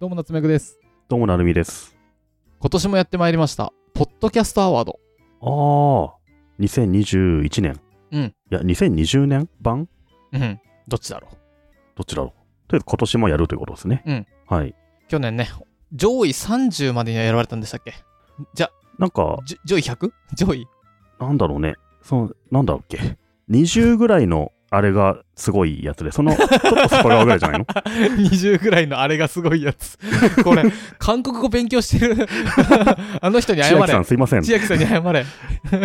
どうも、夏目くです。どうもなるみです。今年もやってまいりました、ポッドキャストアワード。ああ、2021年。うんいや、2020年版うん、どっちだろう。どっちだろう。とりあえず今年もやるということですね。うんはい。去年ね、上位30までに選ばれたんでしたっけじゃ、なんか、じ上位 100? 上位 なんだろうね。その、なんだっけ。20ぐらいのあれがすごいやつで、そ の、ちょっと外側ぐらいじゃないの ?20 ぐらいのあれがすごいや つ。これ、韓国語勉強してる あの人に謝千秋されん。すいません。千秋さんに謝れ。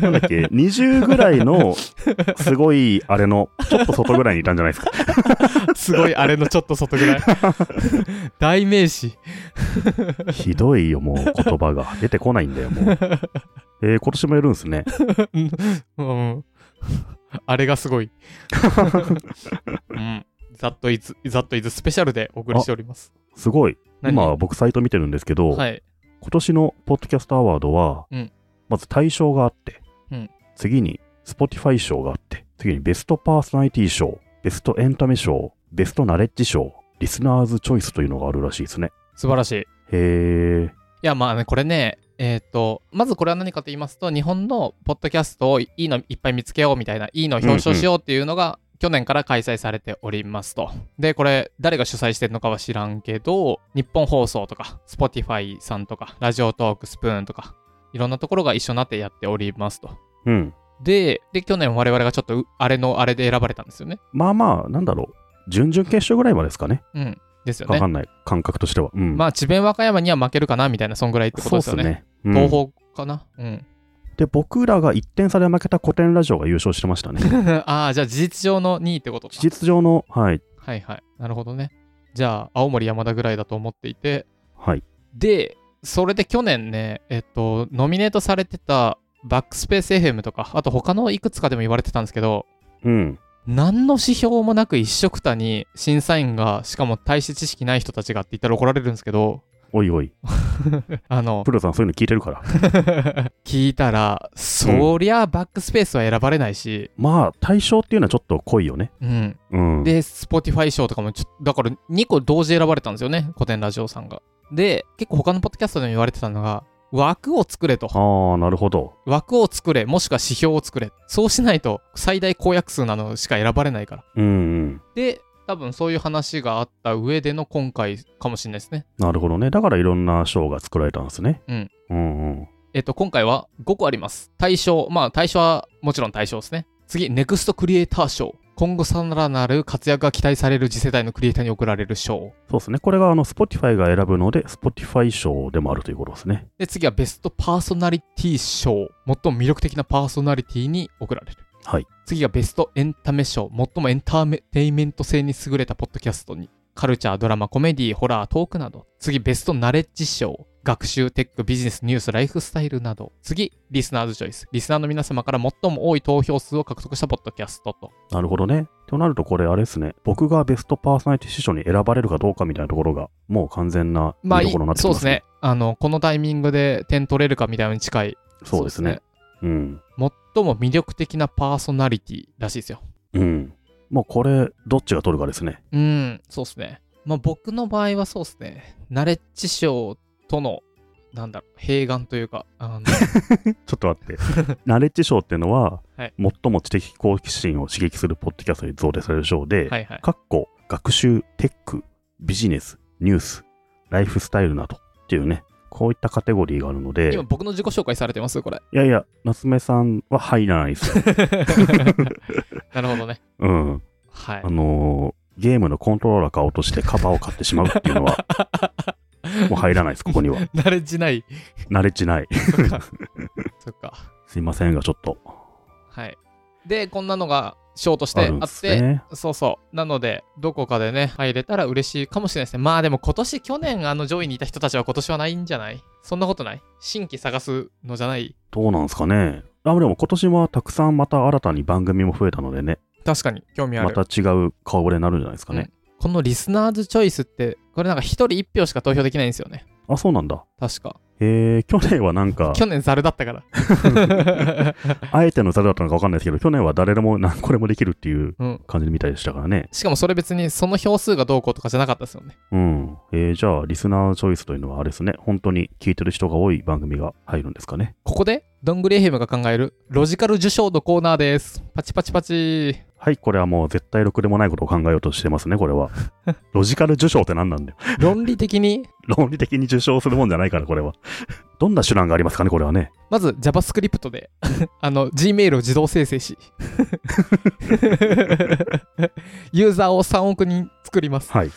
なんだっけ。20ぐらいのすごいあれの、ちょっと外ぐらいにいたんじゃないです か。すごいあれのちょっと外ぐらい。代名詞。ひどいよ、もう言葉が。出てこないんだよ、もう。えー、今年もやるんですね。うん。あれがすご い。うん。That is, that is special でお送りしております。すごい。何今、僕サイト見てるんですけど、はい。今年のポッドキャストアワードは、うんまず大賞があって、うん次に Spotify 賞があって、次にベストパーソナリティ賞、ベストエンタメ賞、ベストナレッジ賞、リスナーズチョイスというのがあるらしいですね。素晴らしい。いへえ、や、まあね、これね、えっ、と、まずこれは何かと言いますと、日本のポッドキャストをいいのいっぱい見つけようみたいな、いいのを表彰しようっていうのが、去年から開催されておりますと。で、これ、誰が主催してるのかは知らんけど、日本放送とか、Spotify さんとか、ラジオトークスプーンとか、いろんなところが一緒になってやっておりますと。うん。で、で、去年我々がちょっとう、あれのあれで選ばれたんですよね。まあまあ、なんだろう。準々決勝ぐらいまでですかね。うん。ですよわねか。んない。感覚としては。うん。まあ、智弁和歌山には負けるかなみたいな、そんぐらいってことそうでですよね。すね。うん東宝かなうん。で、僕らが1点差で負けた古典ラジオが優勝してましたね。 ああ、じゃあ事実上の2位ってことか事実上の、はい。はいはい。なるほどね。じゃあ、青森山田ぐらいだと思っていて。はい。で、それで去年ね、えっと、ノミネートされてたバックスペース FM とか、あと他のいくつかでも言われてたんですけど、うん。何の指標もなく一緒くたに審査員が、しかも大して知識ない人たちがって言ったら怒られるんですけど、 おいおい。あの、プロさん、そういうの聞いてるから。 聞いたら、そりゃバックスペースは選ばれないし、まあ、対象っていうのはちょっと濃いよね。うん、うん。で、Spotify 賞とかもちょ、だから2個同時選ばれたんですよね、古典ラジオさんが。で、結構他のポッドキャストでも言われてたのが、枠を作れと。ああ、なるほど。枠を作れ、もしくは指標を作れ。そうしないと、最大公約数なのしか選ばれないから。うん、うん。で、多分そういう話があった上での今回かもしれないですね。なるほどね。だからいろんな賞が作られたんですね。うん。うんうん。えっと、今回は5個あります。対象、まあ対象はもちろん対象ですね。次、ネクストクリエイター賞。今後さらなる活躍が期待される次世代のクリエイターに贈られる賞。そうですね。これが、あの、Spotify が選ぶので、Spotify 賞でもあるということですね。で、次はベストパーソナリティ賞。最も魅力的なパーソナリティに贈られる。はい。次がベストエンタメ賞。最もエンターテイメント性に優れたポッドキャストに。カルチャー、ドラマ、コメディ、ホラー、トークなど。次、ベストナレッジ賞。学習、テック、ビジネス、ニュース、ライフスタイルなど。次、リスナーズチョイス。リスナーの皆様から最も多い投票数を獲得したポッドキャストと。なるほどね。となると、これ、あれですね。僕がベストパーソナリティ師匠に選ばれるかどうかみたいなところが、もう完全な見まあ、いどころになってきそうまですすねね。。あの、このタイミングで点取れるかみたいなのに近い。そうですね。うん。最も魅力的なパーソナリティらしいですよ。うん。もうこれ、どっちが取るかですね。うん、そうですね。まあ僕の場合はそうですね。ナレッジ賞との、なんだろう、併願というか、 あのちょっと待って。 ナレッジ賞っていうのは、はい最も知的好奇心を刺激するポッドキャストに贈呈される賞で、はいはい。かっこ学習、テック、ビジネス、ニュース、ライフスタイルなどっていうね、こういったカテゴリーがあるので、今僕の自己紹介されてますこ れ。いやいや、夏目さんは入らないですよ。なるほどね。うん。はいあ。のーゲームのコントローラー買おうとしてカバーを買ってしまうっていう のは、もう入らないです、ここには。ナレッジない。ナレッジない。そ っか。そっか。すいませんが、ちょっと。はい。で、こんなのが賞としてああるんでっすて、ね。そうそう。なので、どこかでね、入れたら嬉しいかもしれないですね。まあでも今年、去年あの上位にいた人たちは今年はないんじゃないそんなことない新規探すのじゃないどうなんですかね。あ、でも今年はたくさんまた新たに番組も増えたのでね、確かに興味ある。また違う顔ぶれになるんじゃないですかね。このリスナーズチョイスって、これなんか一人一票しか投票できないんですよね。あ、そうなんだ。確か。えー、去年はなんか、 去年ザルだったから。あえてのざるだったのか分かんないですけど、去年は誰でもなんこれもできるっていううん。感じみたいでしたからね。しかもそれ別にその票数がどうこうとかじゃなかったですよね。うん。えー、じゃあ、リスナーチョイスというのはあれですね、本当に聞いてる人が多い番組が入るんですかね。ここで、どんぐりエヘムが考えるロジカル受賞のコーナーです。パチパチパチ。はい、これはもう絶対ろくでもないことを考えようとしてますね、これ は。ロジカル受賞って何なんだよ。論理的に、論理的に受賞するもんじゃないから、これは。どんな手段がありますかね、これはね。まず JavaScript で、 あの、Gmail を自動生成し、ユーザーを3億人作ります。はい。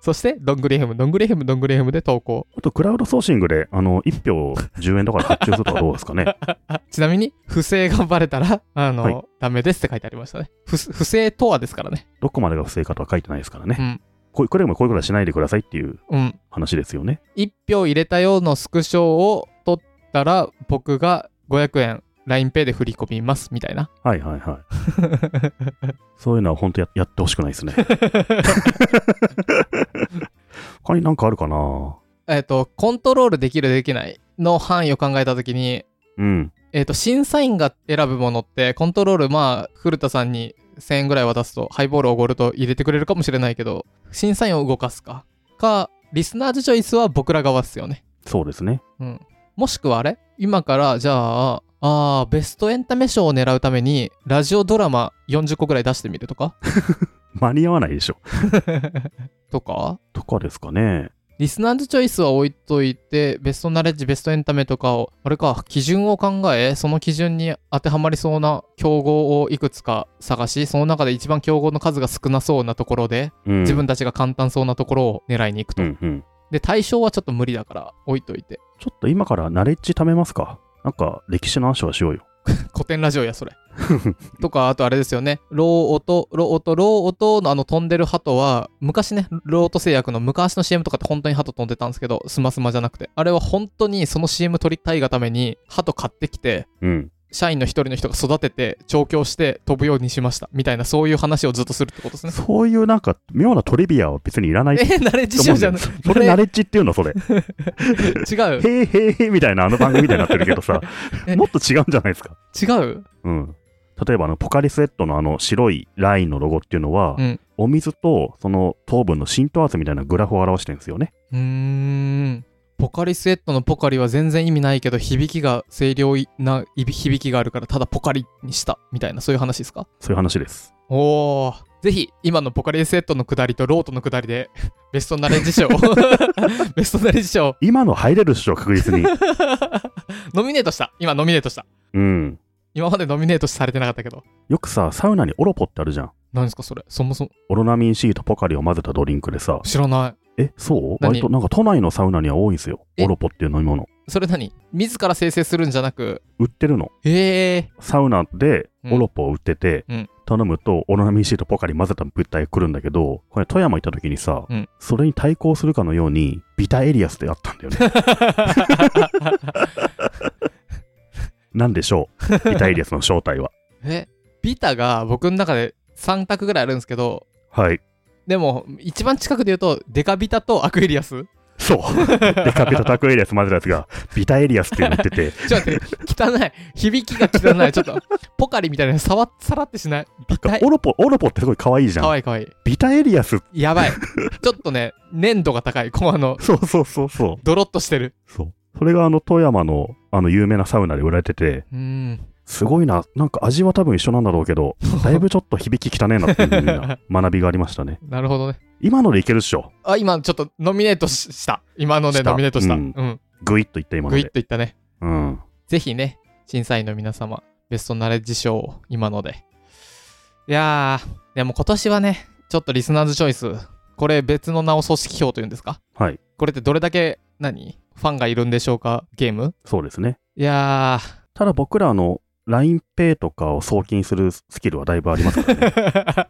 そして、どんぐりエヘム、どんぐりエヘム、どんぐりエヘムで投稿。あと、クラウドソーシングで、あの、1票10円とかで発注するとかどうです かね。あちなみに、不正がバレたら、あの、はいダメですって書いてありましたね。不不正とはですから ね。どこまでが不正かとは書いてないですからね。うんこうくれぐれもこういうことはしないでくださいっていううん。話ですよね。 1票入れたようのスクショを取ったら、僕が500円 LINEPay で振り込みます、みたいな。はいはいはい。 そういうのは本当ややってほしくないですね。他になんかあるかなえっと、コントロールできるできないの範囲を考えたときに、うん。えっと、審査員が選ぶものって、コントロール、まあ、古田さんに1000円ぐらい渡すと、ハイボールおごると入れてくれるかもしれないけど、審査員を動かすか。か、リスナーズチョイスは僕ら側っすよね。そうですね。もしくはあれ今からじゃああーベストエンタメ賞を狙うためにラジオドラマ40個ぐらい出してみると か間に合わないでしょ。とかとかですかね。リスナーズチョイスは置いといてベストナレッジベストエンタメとかをあれか基準を考えその基準に当てはまりそうな競合をいくつか探しその中で一番競合の数が少なそうなところでうん、自分たちが簡単そうなところを狙いに行くうと、んうん。で対象はちょっと無理だから置いといてちょっと今からナレッジ貯めますか。なんか歴史の話はしようよ。古典ラジオやそれ とかあとあれですよね「ロー音ロー音ロー音」のあの飛んでる鳩は昔ねロート製薬の昔の CM とかって本当に鳩飛んでたんですけどスマスマじゃなくてあれは本当にその CM 撮りたいがために鳩買ってきてうん。社員の一人の人が育てて調教して飛ぶようにしましたみたいなそういう話をずっとするってことですねそういうなんか妙なトリビアは別にいらないえナレッジショーじゃない それ ナレッジっていうのそ違れ。うへーへーへーみたいなあの番組みたいになってるけどさ え、もっと違うんじゃないですか。違ううん。例えばあのポカリスエットのあの白いラインのロゴっていうのは、うんお水とその糖分の浸透圧みたいなグラフを表してるんですよね。うーんポカリスエットのポカリは全然意味ないけど響きが清涼ないび響きがあるからただポカリにしたみたいなそういう話ですかそういう話です。おーぜひ今のポカリスエットの下りとロートの下りで ベストナレッジ賞 ベストナレッジ賞今の入れるでしょ、確実に。ノミネートした今ノミネートしたうん。今までノミネートされてなかったけどよくさ、サウナにオロポってあるじゃん。何ですかそれそもそもオロナミン C とポカリを混ぜたドリンクでさ、知らないえ、そう何割となんか都内のサウナには多いんですよ。えオロポっていう飲み物。それ何自ら生成するんじゃなく売ってるの。へえサウナでうんオロポを売ってて、うん頼むとオロナミン C とポカリ混ぜた物体が来るんだけど、これ富山行った時にさ、うんそれに対抗するかのように、ビタエリアスであったんだよね。 なんでしょうビタエリアスの正体は。えビタが僕の中で3択ぐらいあるんですけどはい。でも一番近くで言うとデカビタとアクエリアス そう。デカピタタクエリアス混ぜたやつが、ビタエリアスっていうの言って て、ちょっと待って汚い響きが汚いちょっとポカリみたいなさわさらってしないビタオロポ、オロポってすごい可愛いじかゃん。わいいかわいビタエリアス。いやばいちょっとね粘度が高いこうあのそうそうそうそう。ドロッとしてるそう。それがあの富山のあの有名なサウナで売られてて、うーんすごいな、なんか味は多分一緒なんだろう けど、だいぶちょっと響き汚ねえなっていう風な学びがありましたね。なるほどね今のでいけるっしょ。あ今ちょっとノミネートしした今のでしたノミネートしたううんん、ぐいっといった今のグイッで。といったねうん。ぜひね、審査員の皆様、ベストナレッジ賞を今ので。いやー、でも今年はね、ちょっとリスナーズチョイス、これ別の名を組織票というんですかはい。これってどれだけ何、ファンがいるんでしょうかゲームそうですね。いやただ僕らあの、LINEPay とかを送金するスキルはだいぶありますからね。ー。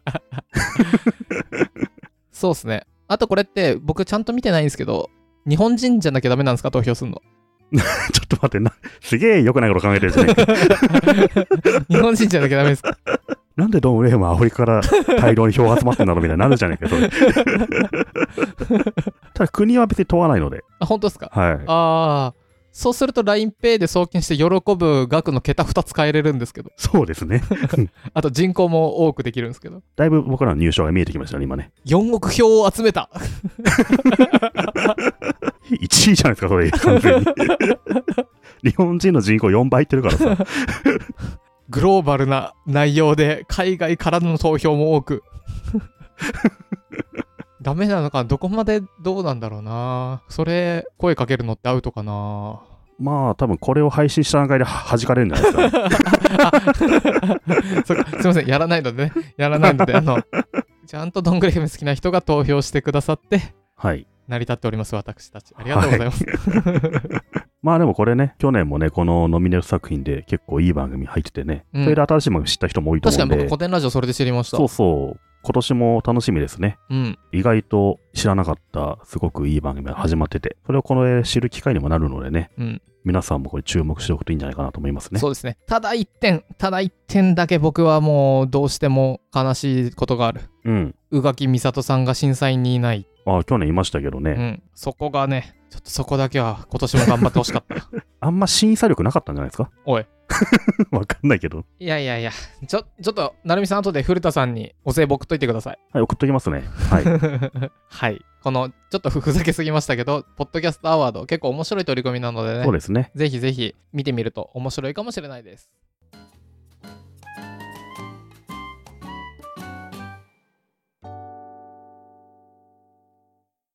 そうっすね。あとこれって僕ちゃんと見てないんですけど、日本人じゃなきゃダメなんですか投票するの。 ちょっと待ってな、すげえ良くないこと考えてるじゃねえか日本人じゃなきゃダメですかなんでドン・ウレイムはアフリカから大量に票が集まってんだろうみたいになるじゃねえか、それ。 ただ国は別に問わないので。あ、本当ですかはい。ああ、そうすると LINEPay で送金して喜ぶ額の桁2つ変えれるんですけど、そうですね。あと人口も多くできるんですけど、だいぶ僕らの入賞が見えてきましたね、今ね。 4億票を集めた 1位じゃないです か、それ、完全に。 日本人の人口4倍いってるから さ。グローバルな内容で海外からの投票も多く。 ダメなのかなどこまでどうなんだろうなそれ、声かけるのってアウトかなまあ、多分これを配信した段階で弾かれるんじゃないですか。そっかすいません、やらないのでね。やらないので、あの、ちゃんとどんぐり姫好きな人が投票してくださって、はい。成り立っております、私たち。ありがとうございます。まあでもこれね、去年もね、このノミネート作品で結構いい番組入っててね、うんそれで新しい番組知った人も多いと確思かうんにで、僕、古典ラジオそれで知りました。そうそう、今年も楽しみですね。うん。意外と知らなかった、すごくいい番組が始まってて、それをこの絵知る機会にもなるのでね、うん皆さんもこれ注目しておくといいんじゃないかなと思いますね。そうですね。ただ一点、ただ一点だけ僕はもうどうしても悲しいことがある。うん。宇垣美里さんが審査員にいない。あ去年いましたけどね、うん。そこがね、ちょっとそこだけは今年も頑張ってほしかっ た。あんま審査力なかったんじゃないですかおい。 わかんないけど。いやいやいや、ちょ、ちょっと、成美さん後で古田さんにお歳暮送っといてください。はい、送っときますね。 はい。はい。この、ちょっとふふざけすぎましたけど、ポッドキャストアワード、結構面白い取り組みなのでそうね、ですね。ぜひぜひ見てみると面白いかもしれないです。